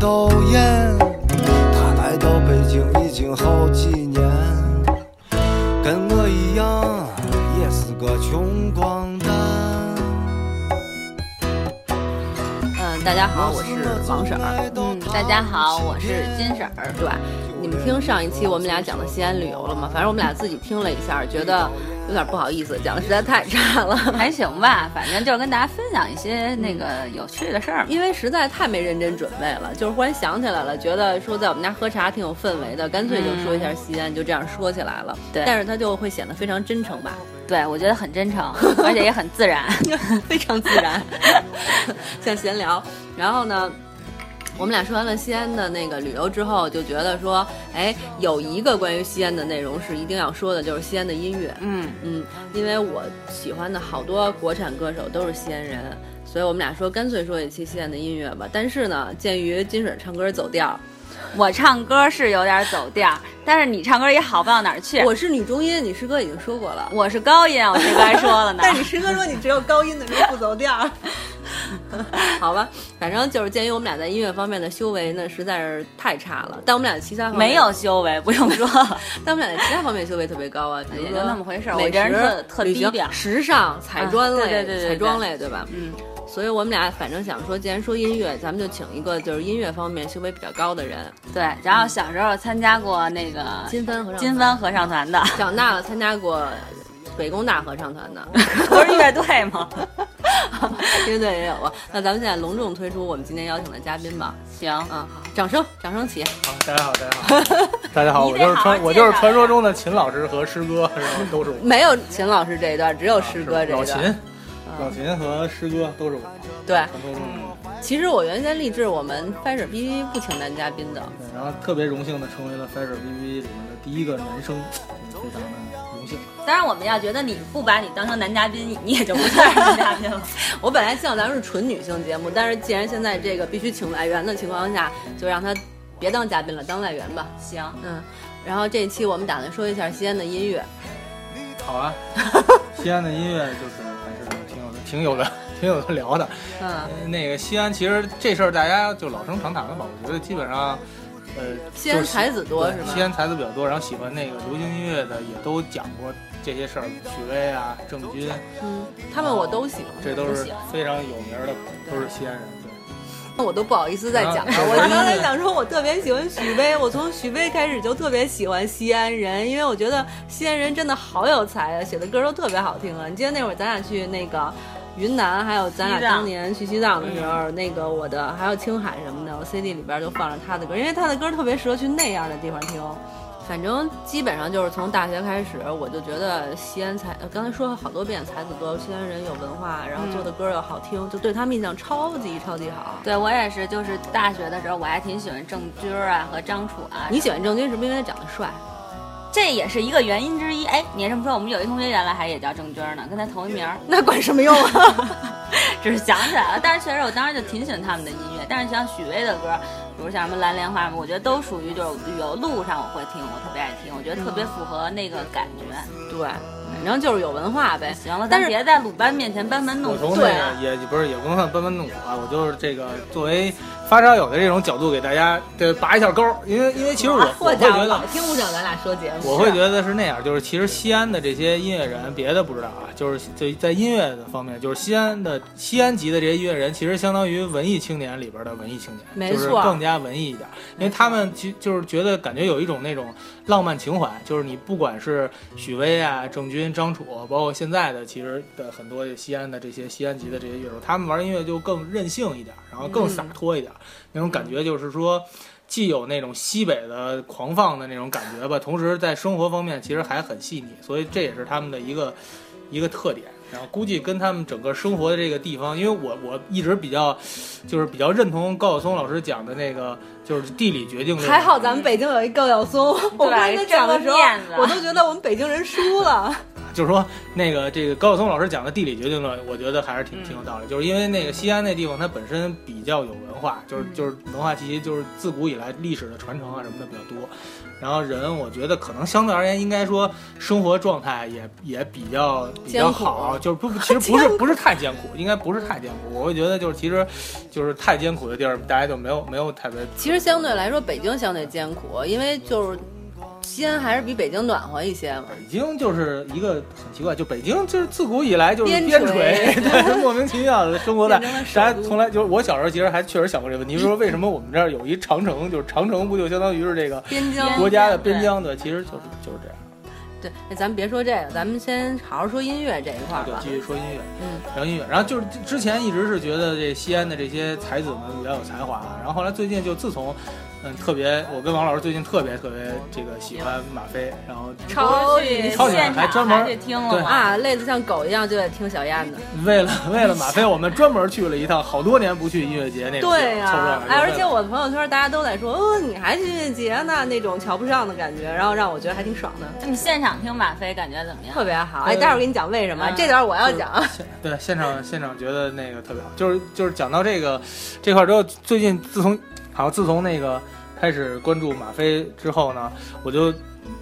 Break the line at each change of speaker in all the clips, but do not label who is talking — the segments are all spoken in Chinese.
导演，他来到北京已经好几年，跟我一样也是个穷光蛋。
嗯，大家好，我是王婶儿。嗯，大家好，我是金婶儿。对，你们听上一期我们俩讲的西安旅游了吗？反正我们俩自己听了一下，觉得有点不好意思，讲的实在太差了，
还行吧，反正就是跟大家分享一些那个有趣的事儿。
因为实在太没认真准备了。就是忽然想起来了，觉得说在我们家喝茶挺有氛围的，干脆就说一下西安，就这样说起来了。
对
但是它就会显得非常真诚吧，
对，我觉得很真 诚，而且也很自然。
非常自然，像闲聊。然后呢，我们俩说完了西安的那个旅游之后，就觉得说，哎，有一个关于西安的内容是一定要说的，就是西安的音乐。
嗯，
嗯，因为我喜欢的好多国产歌手都是西安人，所以我们俩说干脆说一期西安的音乐吧。但是呢，鉴于金水唱歌走调，
我唱歌是有点走调，但是你唱歌也好不到哪儿去。
我是女中音，你师哥已经说过了。
我是高音，我是该说了 呢。
但你师哥说你只有高音的时候不走调， 好吧，反正就是鉴于我们俩在音乐方面的修为呢实在是太差了，但我们俩其他方面
没有，修为，不用说。
但我们俩在其他方面修为特别高啊，比如
哎也
说
就那么回事儿
美
我这人
食
特特
旅行
低调
时尚、彩妆类、
啊对对对对对
彩妆类，对吧？
嗯，
所以我们俩反正想说，既然说音乐，咱们就请一个就是音乐方面修为比较高的人，
对。然后小时候参加过那个
金帆和尚
金帆合唱团的，
长大了参加过北工大合唱团的。
不是乐队吗？
乐队也有啊，那咱们现在隆重推出我们今天邀请的嘉宾吧。
行，
嗯，好，掌声，掌声起。
好，大家好，大家好，大家好，
你
我
得
就是
好好
传，我
介
就是
绍
传
一
说
下
中的秦老师和师哥，然后都是我。
没有秦老师这一段，只有师哥
是
这
老
一段。
秦，老秦和师哥都是我。
对，
传说中的，
其实我原先立志我们 Fashion B 不请男嘉宾的，
对然后特别荣幸的成为了 Fashion BB 里面的第一个男生，嗯非常的荣幸。
当然我们要觉得你不把你当成男嘉宾，你也就不算是男嘉宾了。
我本来希望咱们是纯女性节目，但是既然现在这个必须请外援的情况下，就让他别当嘉宾了，当外援吧。
行，
嗯，然后这一期我们打算说一下西安的音乐，
好啊，西安的音乐就是还是挺有的，挺有的，挺有的聊的。
嗯，
呃那个西安其实这事儿大家就老生常谈了吧，我觉得基本上，呃，
西安
就是
才子多
对
是
西
吧？
安才子比较多，然后喜欢那个流行音乐的也都讲过这些事儿，许巍啊、郑钧，
嗯，他们我都喜欢，
这都
都
是
喜欢
非常有名儿的，都是西安人。
我都不好意思再讲了。
啊
我刚才想说，我特别喜欢许巍，我从许巍开始就特别喜欢西安人，因为我觉得西安人真的好有才啊，写的歌都特别好听啊。你记得那会儿咱俩去那个。云南，还有咱俩
西藏嗯
当年去西藏的时候，那个我的还有青海什么的，我 CD 里边就放着他的歌，因为他的歌特别适合去那样的地方听。反正基本上就是从大学开始，我就觉得西安才，呃刚才说了好多遍，才子多，西安人有文化，然后
嗯
做的歌又好听，就对他们印象超级超级好。
对我也是，就是大学的时候我还挺喜欢郑钧儿啊和张楚啊，
你喜欢郑钧是不是因为他长得帅？
这也是一个原因之一。哎，你这么说，我们有一同学原来还也叫郑钧儿呢，跟他同一名儿，
那管什么用啊？
只是想起来了。但是确实，我当时就挺喜欢他们的音乐。但是像许巍的歌，比如像什么《蓝莲花》什么，我觉得都属于就是旅游路上我会听，我特别爱听，我觉得特
嗯
别符合那个感觉。
对，反正就是有文化呗。
行了，
但
咱
是
别在鲁班面前班门弄
我从
斧。
那
对
个
啊
也不是也不能算班门弄斧啊，我就是这个作为发烧友的这种角度给大家对拔一下钩儿，因为因为其实
啊
我我
我
会觉得
啊老听不上咱俩说节目，
我会觉得是那样，就是其实西安的这些音乐人，别的不知道啊，就是就在音乐的方面，就是西安的西安籍的这些音乐人，其实相当于文艺青年里边的文艺青年，
没
就
错
是更加文艺一点，因为他们其就是觉得感觉有一种那种浪漫情怀，就是你不管是许巍啊、郑钧、张楚，包括现在的其实的很多西安的这些西安籍的这些乐手，他们玩音乐就更任性一点，然后
嗯
更洒脱一点，那种感觉就是说。既有那种西北的狂放的那种感觉吧，同时在生活方面其实还很细腻，所以这也是他们的一个一个特点。然后估计跟他们整个生活的这个地方，因为我我一直比较就是比较认同高晓松老师讲的那个，就是地理决定这个。
还好咱们北京有一高晓松，我刚才讲的时候
这个面子，
我都觉得我们北京人输了。
就是说那个这个高晓松老师讲的地理决定论，我觉得还是挺挺有道理。就是因为那个西安那地方它本身比较有文化，就是就是文化气息，就是自古以来历史的传承啊什么的比较多。然后人我觉得可能相对而言应该说生活状态也也比较比较
艰苦
好，就是不不其实不是不是太艰苦，应该不是太艰苦。我会觉得就是其实就是太艰苦的地儿，大家就没有没有太别
其实相对来说，北京相对艰苦，因为就是西安还是比北京暖和一些嘛。
北京就是一个很奇怪，就北京就是自古以来就是
边
边
陲
陲， 对，莫名其妙的生活在
变成了首
大家
都
从来就是我小时候其实还确实想过这个问题，就是说为什么我们这儿有一长城，就是长城不就相当于是这个
边疆
国家的边疆对，其实就是就是这样。
对，哎咱们别说这个，咱们先好好说音乐这一块儿
对，
吧
继。续说音乐，
嗯，
聊音乐。然后就是之前一直是觉得这西安的这些才子们比较有才华，然后后来最近就自从，嗯，特别，我跟王老师最近特别特别这个喜欢马飞，然后
嗯
超去
超级
现
还专
场
门
还去听
对
了嘛，
啊，累得像狗一样就得听小燕子。
为了为了马飞，我们专门去了一趟，好多年不去音乐节那种地儿，
对呀、
凑热闹。
哎，而且我的朋友圈大家都在说，哦，你还去音乐节呢，那种瞧不上的感觉，然后让我觉得还挺爽的，
那你现场听马飞感觉怎么样？
特别好。哎，
嗯
待会儿给你讲为什么，
嗯
这点儿我要讲。
现对现场现场觉得那个特别好，就是就是讲到这个这块儿之后，最近自从好像自从那个开始关注马飞之后呢，我就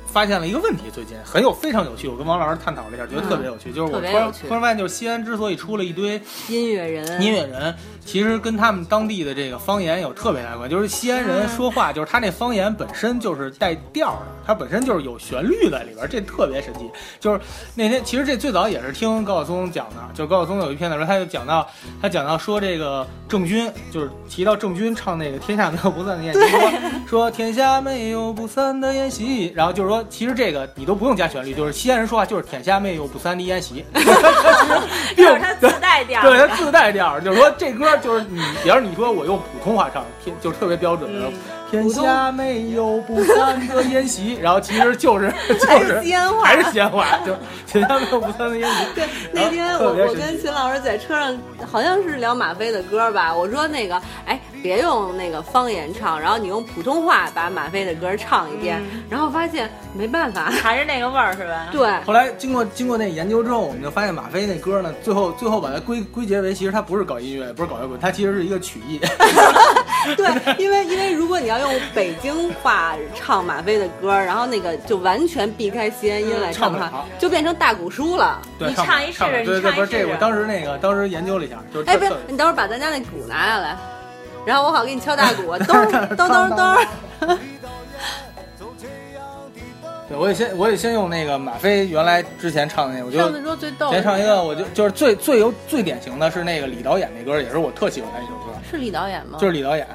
发现了一个问题，最近很有非常有趣，我跟王老师探讨了一下，觉得特别有趣，就是我
嗯特
突
别
然
有趣
突然发现，就是西安之所以出了一堆
音乐人，
音乐人，其实跟他们当地的这个方言有特别大关系，就是西安
嗯
人说话，就是他那方言本身就是带调儿的，它本身就是有旋律在里边儿，这特别神奇。就是那天其实这最早也是听高晓松讲的，就高晓松有一篇的时候，他就讲到他讲到说这个郑钧，就是提到郑钧唱那个“天下没有不散的宴席”，说说天下没有不散的宴席，然后就是说其实这个你都不用加旋律，就是西安人说话就是“天下没有不散的宴席”，
就
并
是他自带调儿
对
的，
他自带调儿，就是说这歌就是你，比方说你说我用普通话唱，天就是特别标准的，天下没有不散的宴席，然后其实就是就是
西安话
还是西安话，就是天下没有不散的宴席。
对，那天我
特别
我
神奇
跟秦老师在车上，好像是聊马飞的歌吧。我说那个，哎，别用那个方言唱，然后你用普通话把马飞的歌唱一遍，
嗯
然后发现没办法，
还是那个味儿是吧？
对，
后来经过经过那研究之后，我们就发现马飞那歌呢，最后最后把它归归结为，其实它不是搞音乐，也不是搞摇滚，它其实是一个曲艺。
对，因为因为如果你要用北京话唱马飞的歌，然后那个就完全避开西安音来唱的
唱不
话
了，
就变成大鼓书了。
对，
你
唱
唱一试
唱对对
你唱
对，
一
不是这
试
个，我当时那个当时研究了一下，就是
哎，
特
不 是
特，
你等会儿把咱家那鼓拿下来，然后我好给你敲大鼓，咚 咚咚咚。
对，我也先我也先用那个马飞原来之前唱的那个，我就
上次说最逗的
先哎唱一个，我就就是最最有最典型的是那个李导演那歌，也是我特喜欢的一首歌，
是李导演吗？
就是李导演，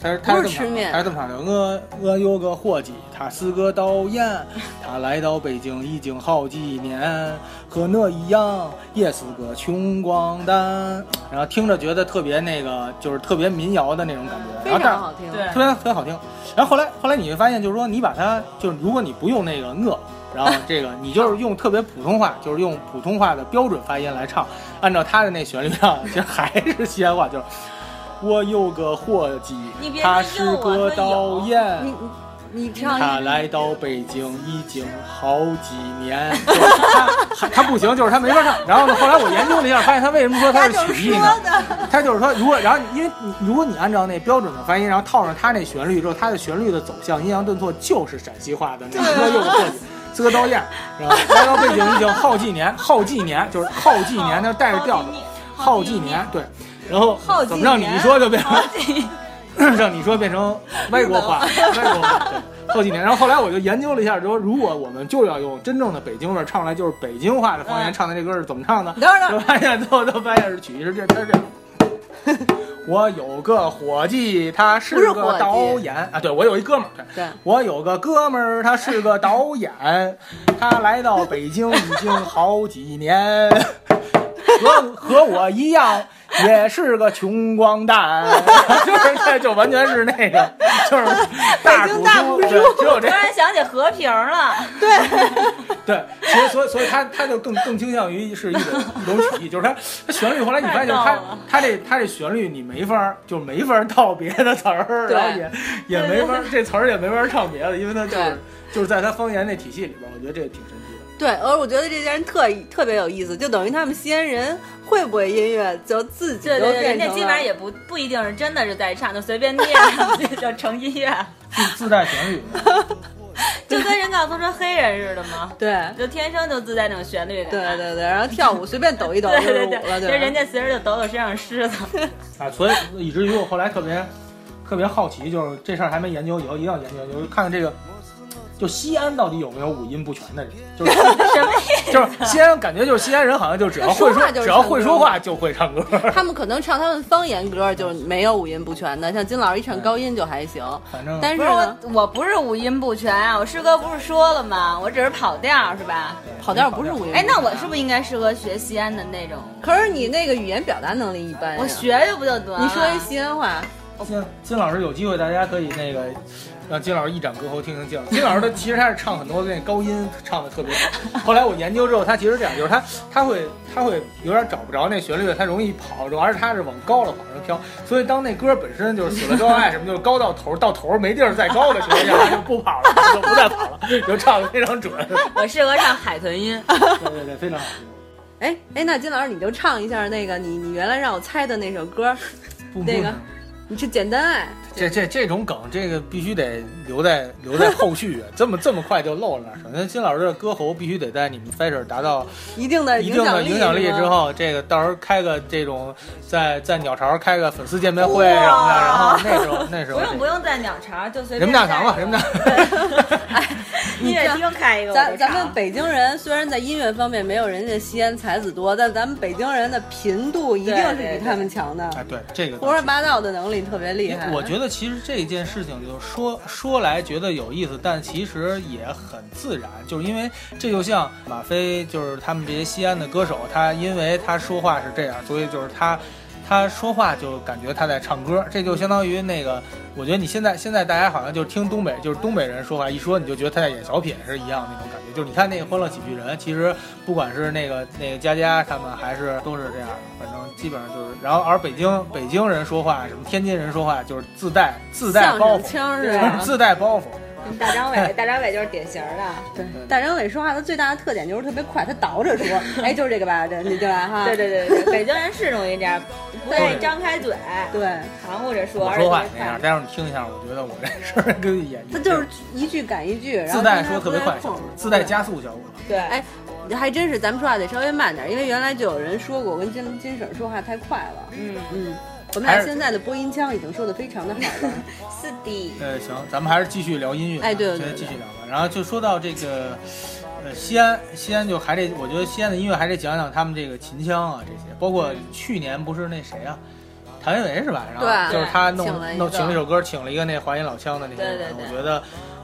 他是他
哦不
这
是吃
么唱的，
面
他是这么唱的，我我有个伙计，他是个导演，他来到北京已经好几年，和我一样也是个穷光蛋，然后听着觉得特别那个，就是特别民谣的那种感觉，然
非
后啊但
常好听。
对
特别特别好听。然后后来后来你会发现，就是说你把它就是如果你不用那个我，然后这个你就是用特别普通话， 就是用普通话的标准发音来唱，按照他的那旋律唱，其实还是西安话，就是我有个伙计
你，别
他
说
是
又我
个
说
导
有
演
你。你你唱
他
一
来到北京已经好几年， 就是他他他不行，就是他没法唱。然后呢，后来我研究了一下，发现他为什么说他是曲艺呢？他就是说，如果然后因为你如果你按照那标准的发音，然后套上他那旋律之后，他的旋律的走向阴阳顿挫就是陕西话的那个又过去。自个刀样，然后来到北京已经好几年，好几年就是好几年，那带着调子，好几年对，然后
好几
怎么让你一
年
说就变成
几
让你说变成外国话，外国话。对，后几年，然后后来我就研究了一下，说如果我们就要用真正的北京味儿唱出来，就是北京话的方言
嗯
唱的这歌是怎么唱的？
等会儿等会
就发现最后都发现是曲艺是这，他是这样。 我有个伙计，他是
不是伙
个
计
导演啊，对我有一哥们儿，
对
对我有个哥们儿，他是个导 演，他来到北京已经好几年，和和我一样也是个穷光蛋， 就是这就完全是那个，就是大
北
鼓
京大
书，
鼓
对只有
突
这
然想起和 平了，
对，所以所以所以他他就更更倾向于是一种一种曲艺，就是他他旋律后来你发现就是
太
他
逗了
他这他这旋律你没法儿就没法儿套别的词儿，
对
然后也也没法儿这词儿也没法儿唱别的，因为他就是
对
就是在他方言那体系里边，我觉得这个挺神奇的。
对，而我觉得这些人特特别有意思，就等于他们西安人会不会音乐，就自己
对
都
对对，
变
人家
成
基本上
了。
也不不一定 是真的是在唱，就随便念就成音乐。
自自带旋律，
就跟人搞错成黑人似的嘛，
对
就天生就自带那种旋律感。啊
对对 对，然后跳舞随便抖一抖就是
对对
舞了，对
对，就
吧？
人家随时就抖抖身上虱 子。
啊，所以以至于我后来特别特别好奇，就是这事儿还没研究，以后一定要研究研究，就是看看这个。就西安到底有没有五音不全的人？就是什么 就是西安，感觉就是西安人好像就只要会
说
说
话就是
只要
唱
会
歌
说话就会 唱歌。
他们可能唱他们方言歌就是没有五音不全的，像金老师一唱高音就还行，
反正
但
不
是
是我
呢，，
我不是五音不全啊，我师哥不是说了吗？我只是跑调是吧？
跑调不是五音不全。
哎，那我是不是应该适合学西安的那种？
可是你那个语言表达能力一哎般呀。
我学学不就得了？啊
你说一西安话，
金金老师有机会，大家可以那个让金老师一展歌喉，听听金老师。金老师他其实他是唱很多那高音唱的特别 好。后来我研究之后，他其实这样，就是他他会他会有点找不着那旋律，他容易跑，主要是他是往高了往上飘。所以当那歌本身就是死了高爱什么，就是高到头，到头没地儿再高的情况下，他就不跑了，就不再跑了，就唱的非常准。
我适合唱海豚音。
对对对，非常好。
哎哎，那金老师你就唱一下那个你你原来让我猜的那首歌，
不
那个你是简单爱，
这这这种梗，这个必须得留在留在后续，啊这么这么快就漏了那儿。首先，金老师的歌喉必须得在你们 f i s h e r 达到
一定的
一定的影响力
是吗
之，后，这个到时候开个这种在在鸟巢开个粉丝见面会什么的，然后那时候那时候
不用不用在鸟巢，就随便。
人民大堂吧，人民大
音乐厅开一个。
咱咱们北京人虽然在音乐方面没有人家西安才子多，但咱们北京人的频度一定是
对对
比他们强的，
哎对这个
胡说八道的能力特别厉害。
我觉得其实这件事情就是说说来觉得有意思，但其实也很自然，就是因为这就像马飞，就是他们这些西安的歌手，他因为他说话是这样，所以就是他。他说话就感觉他在唱歌，这就相当于那个，我觉得你现在现在大家好像就是听东北，就是东北人说话一说，你就觉得他在演小品是一样的那种感觉。就是你看那个《欢乐喜剧人》，其实不管是那个那个佳佳他们，还是都是这样的，反正基本上就是。然后而北京北京人说话，什么天津人说话，就是自带自带
相
包
声
袱，
腔啊是吧？
自带包袱。
大张伟，大张伟就是典型的。
对，大张伟说话的最大的特点就是特别快，他倒着说， 哎，就是这个吧，这你对吧？哈，
对对对对，北京人是容易这样，不愿意张开嘴，
对，
含糊着说。
我说话也那样，待会儿你听一下，我觉得我这事儿跟演
他就是一句赶一句，然后
自带
中
说
间
特别
不
快
带，
效
空
果自带加速效果。
对，
哎，还真是，咱们说话得稍微慢点，因为原来就有人说过，我跟金金婶说话太快了。
嗯，
嗯，我们
还
俩
是
现在的播音腔已经说的非常的好了。
四 D。
呃，行，咱们还是继续聊音乐啊。
哎对对
现在
对
继续聊吧。然后就说到这个，呃，西安，西安就还得，我觉得西安的音乐还得讲讲他们这个秦腔啊这些，包括去年不是那谁啊，谭维维是吧？然后
对
就是他弄
请了一个
弄请了一首歌，请了一个那华阴老腔的那个
对对
人，
对
我觉得。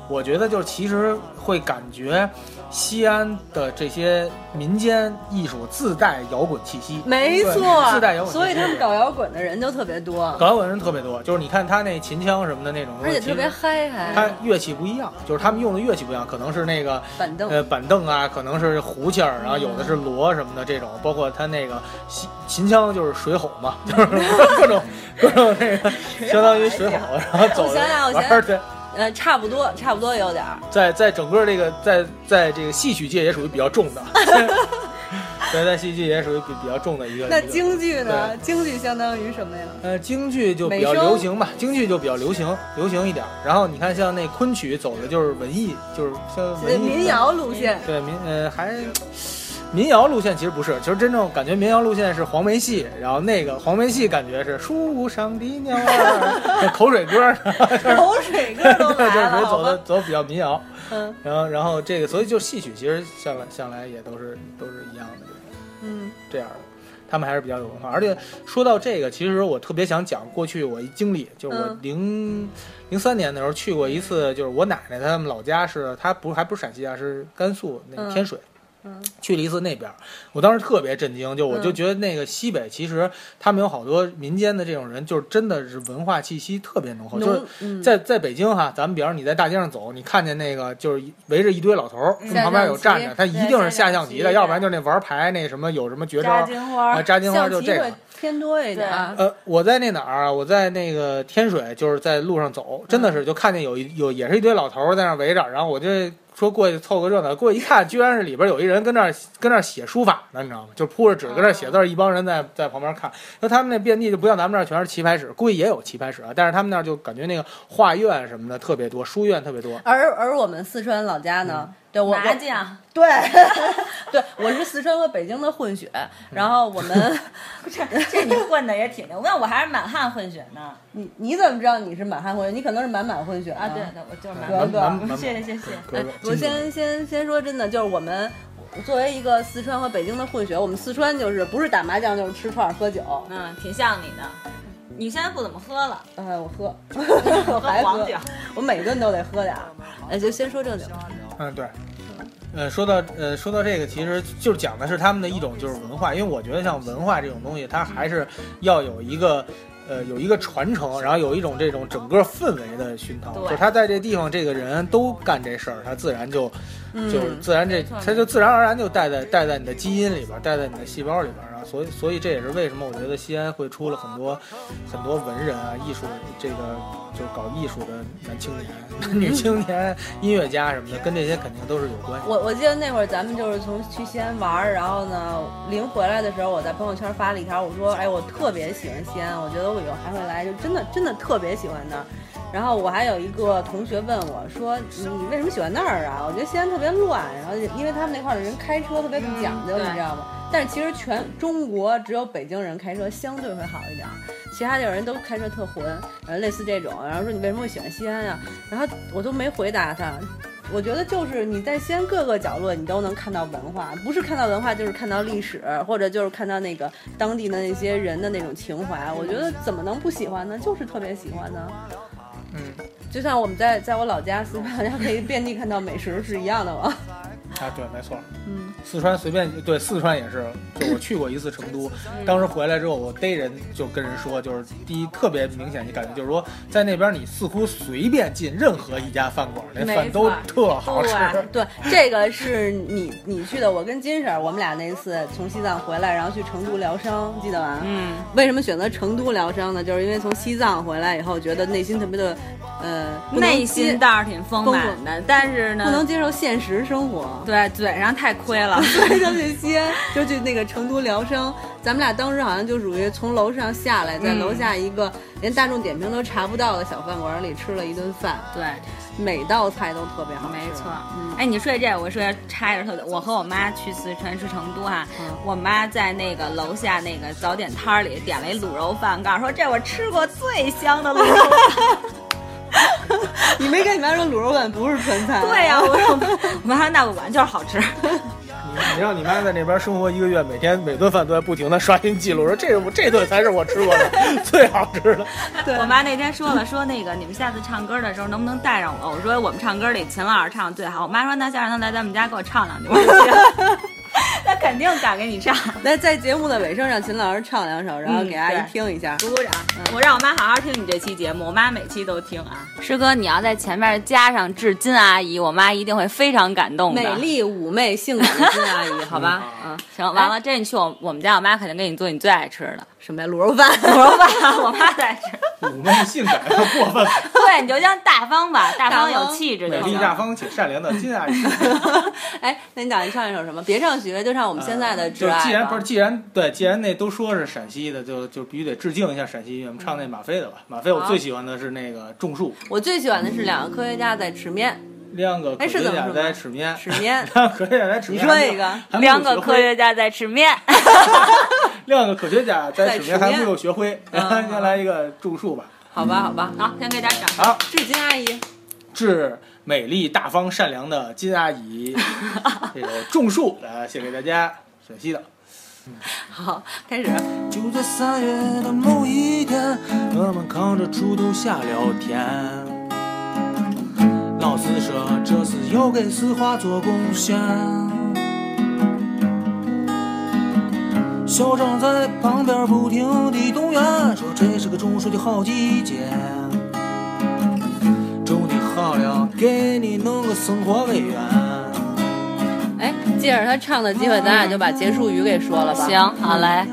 我觉得就是其实会感觉西安的这些民间艺术自带摇滚气息，
没错
对自带摇，滚气息，
所以他们搞摇滚的人就特别多，
搞摇滚人特别多，就是你看他那秦腔什么的那种，
而且特别
其实
嗨还
它乐器不一样，就是他们用的乐器不一样，可能是那个
板凳。
呃板凳啊，可能是胡琴儿啊，然后有的是锣什么的这种，包括他那个西秦腔就是水吼嘛， 就是 各种各种那个相当于水吼，然后走
我
着
想想我
玩
想
儿，对，
呃，差不多，差不多有点儿。
在在整个这个在在这个戏曲界也属于比较重 的，对，在戏剧界也属于比比较重的一个。
那
一个
京剧呢？京剧相当于什么呀？
呃，京剧就比较
美声
流行吧，京剧就比较流行，流行一点儿。然后你看，像那昆曲走的就是文艺，就是像文艺
民谣路 线。
对民呃还民谣路线其实不是，其实真正感觉民谣路线是黄梅戏，然后那个黄梅戏感觉是树上的鸟儿， 那口水歌儿，
口水歌都
对，就是
来了，
属于走
好
的
吗？
走得比较民谣。
嗯
然后然后这个，所以就戏曲其实向来向来也都是都是一样的。
嗯，
这样的，他们还是比较有文化。而且说到这个，其实我特别想讲过去我一经历，就是我
嗯
零零三年的时候去过一次，就是我奶奶他们老家是，她不是还不是陕西啊，是甘肃那个
嗯
天水。
嗯
去了一次那边儿，我当时特别震惊，就我就
嗯
觉得那个西北其实他们有好多民间的这种人，就是真的是文化气息特别浓厚，就是
农嗯，
在在北京哈，咱们比方说你在大街上走，你看见那个就是围着一堆老头儿，
嗯
他们旁边有站着，他一定是下象棋的，
对下象棋
要不然就是那玩牌那什么有什么绝招
扎金花
啊，，扎金花
象
就
棋
这
会
个。
偏多一点啊。
呃，我在那哪儿啊？我在那个天水，就是在路上走，真的是就看见有一有也是一堆老头儿在那儿围着，然后我就说过去凑个热闹，过去一看，居然是里边有一人跟那儿跟那儿写书法呢，你知道吗？就铺着纸跟那儿写字儿，一帮人在在旁边看。说他们那遍地就不像咱们这儿全是棋牌室，估计也有棋牌室啊，但是他们那儿就感觉那个画院什么的特别多，书院特别多。
而而我们四川老家呢，
嗯
对我
麻
我
将，
对 对，我是四川和北京的混血，
嗯
然后我们，
这这你混的也挺牛。那我还是满汉混血呢。
你你怎么知道你是满汉混血？你可能是满满混血
啊，对对，我就是满
哥
汉。
哥
满满
谢谢谢谢。
哥哥
哎我先先先说真的，就是我们作为一个四川和北京的混血，我们四川就是不是打麻将就是吃串儿喝酒。
嗯，挺像你的。你现在不怎么喝了，
哎，我喝，我还
黄
喝
酒，
我每顿都得喝点儿。哎，就先说正经，
嗯，对。呃，说到呃，说到这个，其实就是讲的是他们的一种就是文化，因为我觉得像文化这种东西，它还是要有一个呃有一个传承，然后有一种这种整个氛围的熏陶，
对
就是他在这地方这个人都干这事儿，他自然就就是
嗯，
自然这
没错
它就自然而然就带在带在你的基因里边儿，带在你的细胞里边儿，然后所以所以这也是为什么我觉得西安会出了很多很多文人啊，艺术这个就搞艺术的男青年、 女青年、音乐家什么的，跟这些肯定都是有关系的。
我我记得那会儿咱们就是从去西安玩儿，然后呢临回来的时候，我在朋友圈发了一条，我说，哎，我特别喜欢西安，我觉得我以后还会来，就真的真的特别喜欢那儿。然后我还有一个同学问我说：“你你为什么喜欢那儿啊？”我觉得西安特别乱，然后因为他们那块儿的人开车特别不讲究，
嗯
你知道吗？但是其实全中国只有北京人开车相对会好一点儿，其他地儿人都开车特混，然后类似这种。然后说你为什么会喜欢西安呀、然后我都没回答他。我觉得就是你在西安各个角落，你都能看到文化，不是看到文化就是看到历史，或者就是看到那个当地的那些人的那种情怀。我觉得怎么能不喜欢呢？就是特别喜欢呢。
嗯
就像我们在在我老家四川老家可以遍地看到美食是一样的嘛。
啊，对，没错。
嗯，
四川随便对四川也是，就我去过一次成都，
嗯
当时回来之后，我逮人就跟人说，就是第一特别明显，你感觉就是说，在那边你似乎随便进任何一家饭馆，那饭
没
都
错
特好吃。
对啊
对，这个是你你去的，我跟金婶儿我们俩那次从西藏回来，然后去成都疗伤，记得吧？
嗯，
为什么选择成都疗伤呢？就是因为从西藏回来以后，觉得内心特别的，呃，不能
内心
接
倒是挺丰满
丰
的，但是
不能
呢，
接受现实生活。
对嘴上太亏 了。
对， 就去西安，就去那个成都疗伤。咱们俩当时好像就属于从楼上下来，在楼下一个连大众点评都查不到的小饭馆里吃了一顿饭，
对，
每道菜都特别好吃。
没错
嗯。
哎，你说这，我说插一个特别，我和我妈去四川去成都哈、
嗯
我妈在那个楼下那个早点摊儿里点了一卤肉饭，告诉我说这我吃过最香的卤肉 饭。
你没跟你妈说卤肉饭不是川菜？啊
对呀、我说 我妈说那不管，就是好吃。
你你让你妈在那边生活一个月，每天每顿饭都在不停的刷新记录，说这是我这顿才是我吃过 的最好吃的。
对
我妈那天说了，说那个你们下次唱歌的时候能不能带上我？我说我们唱歌里秦老师唱的最好。我妈说那下让她来咱们家给我唱两句。 我说行那肯定敢给你唱，
来，在节目的尾声，让秦老师唱两首，然后
嗯
给阿姨
对
听一下。
鼓鼓掌！啊我让我妈好好听你这期节目，我妈每期都听啊。师哥，你要在前面加上至今阿姨，我妈一定会非常感动的。
美丽妩媚性感的金阿姨，好吧？嗯，
行，完了，这你去我我们家，我妈肯定给你做你最爱吃 的
什么呀？卤肉饭。
卤肉饭，我妈在吃。
妩媚性感又 过分，
对，你就像大方吧，大方
大
有
方
气质
美
就
丽
行。
大方且善良的金阿姨。
哎，那你打算唱一首什么？别唱许巍，就唱我们 现在的
呃
挚
就是
爱吧。
既然不是既然对，既然那都说是陕西的，就就必须得致敬一下陕西音乐。我们唱那马飞的吧，马飞我
好
最喜欢的是那个种树，
我最喜欢的是两个科学家在吃面，
两个科
哎是
学
怎么
家
说
在
吗
吃面，
吃
。
面
两个科学家在吃
你
面，
说一个，
还没有
两个科学家在吃面，
两个科学家在吃面
在吃
还
面
没有学会，
嗯
先来一个种树吧。
好吧，好吧。
好，先给点掌声。
好，
致金阿姨，
致美丽、大方、善良的金阿姨，这个种树
呃
来献给大家，陕西的。
好，开始。
就在三月的某一天，我们扛着锄头下了田。老师说这是要给石化做贡献。校长在旁边不停地动员，说这是个种树的好季节。种的好了，给你弄个生活委员。
嗯
哎，借着他唱的机会，咱俩就把结束语给说了吧。
行，好嘞。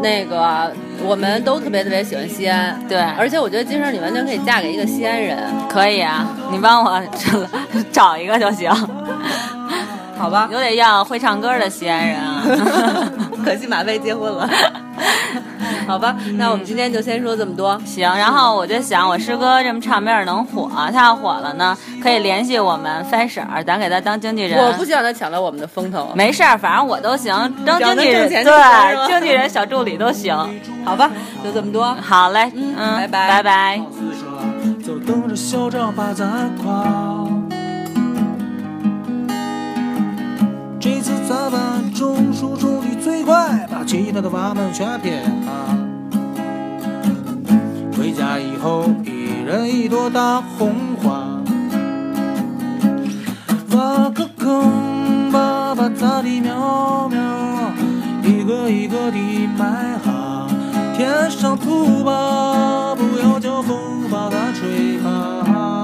那个我们都特别特别喜欢西安，
对
而且我觉得金生你完全可以嫁给一个西安人，
可以啊，你帮我 找一个就行。
好吧？
有得要会唱歌的西安人啊。
可惜马飞结婚了，好吧？那我们今天就先说这么多。
行，然后我就想，我师哥这么唱没准能火，他要火了呢，可以联系我们三婶儿，咱给他当经纪人。
我不希望他抢到我们的风头，
啊没事儿，反正我都行，当经纪人
只要能挣钱就行是吧
对，经纪人小助理都行。
好吧？就这么多。
好嘞，
嗯
嗯，
拜拜
拜拜。
四舍
就等着校长把咱夸。这次咱们种树种的最快，把其他的娃们全撇了。回家以后，一人一朵大红花。挖个坑，把把咱的苗苗一个一个地埋好，填上土吧，不要叫风把它吹吧。